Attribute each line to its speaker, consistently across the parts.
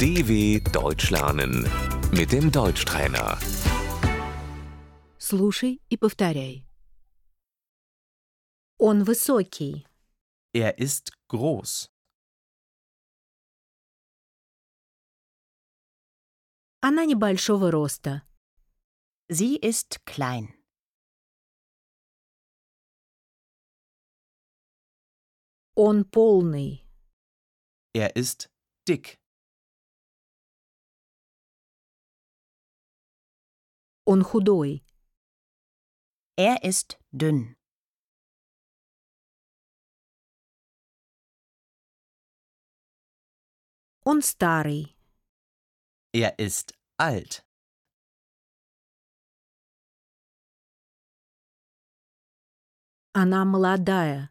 Speaker 1: DW Deutsch lernen mit dem Deutschtrainer.
Speaker 2: Слушай и повторяй. Он высокий.
Speaker 3: Er ist groß.
Speaker 2: Она небольшого роста.
Speaker 4: Sie ist klein.
Speaker 2: Он полный.
Speaker 3: Er ist dick.
Speaker 2: Он худой.
Speaker 4: Er ist dünn.
Speaker 2: Он старый.
Speaker 3: Er ist alt.
Speaker 2: Она молодая.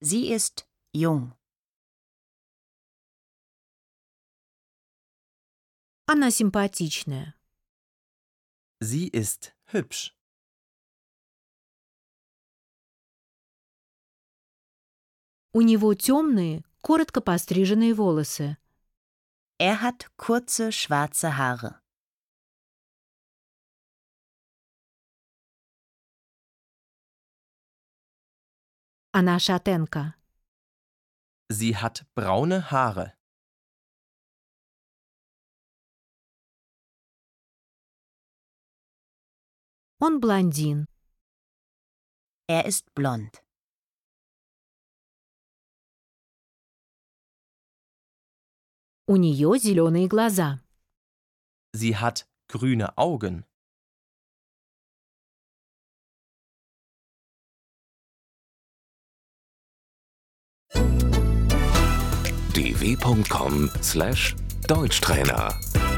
Speaker 4: Sie ist jung.
Speaker 2: Она симпатичная.
Speaker 3: Sie ist hübsch.
Speaker 2: У него темные, коротко постриженные волосы.
Speaker 4: Er hat kurze schwarze Haare.
Speaker 2: Она шатенка.
Speaker 3: Sie hat braune Haare.
Speaker 2: Он блондин.
Speaker 4: Er ist blond.
Speaker 2: У нее зеленые глаза.
Speaker 3: Sie hat grüne Augen.
Speaker 1: dw.com/deutschtrainer